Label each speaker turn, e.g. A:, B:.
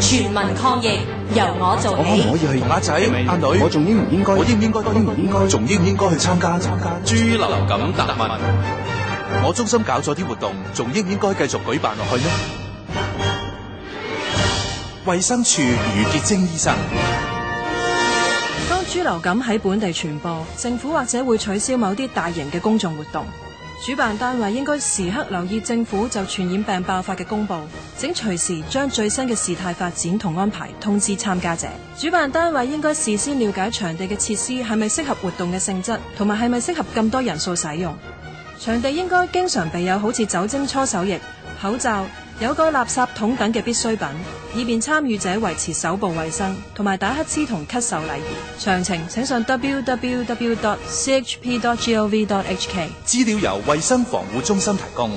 A: 全民抗疫，由我做
B: 我可唔可
A: 起。
B: 以去
C: 同阿仔、阿女，
B: 我仲應唔應該？
C: 我應唔應該？
B: 應唔應該？
C: 仲應唔應該去參加？參加豬流感答問。我中心搞咗啲活動，仲應唔應該繼續舉辦落去呢？衛生署余潔晶醫生，
D: 當豬流感喺本地傳播，政府或者會取消某啲大型嘅公眾活動。主辦單位應該時刻留意政府就傳染病爆發嘅公佈，請隨時將最新嘅事態發展同安排通知參加者。主辦單位應該事先了解場地嘅設施係咪適合活動嘅性質，同埋係咪適合咁多人數使用。場地應該經常備有好似酒精搓手液、口罩、有蓋垃圾桶等嘅必需品，以便參與者維持手部衛生同埋打乞嗤同咳嗽禮儀。詳情請上 www.chp.gov.hk。
C: 資料由衛生防護中心提供。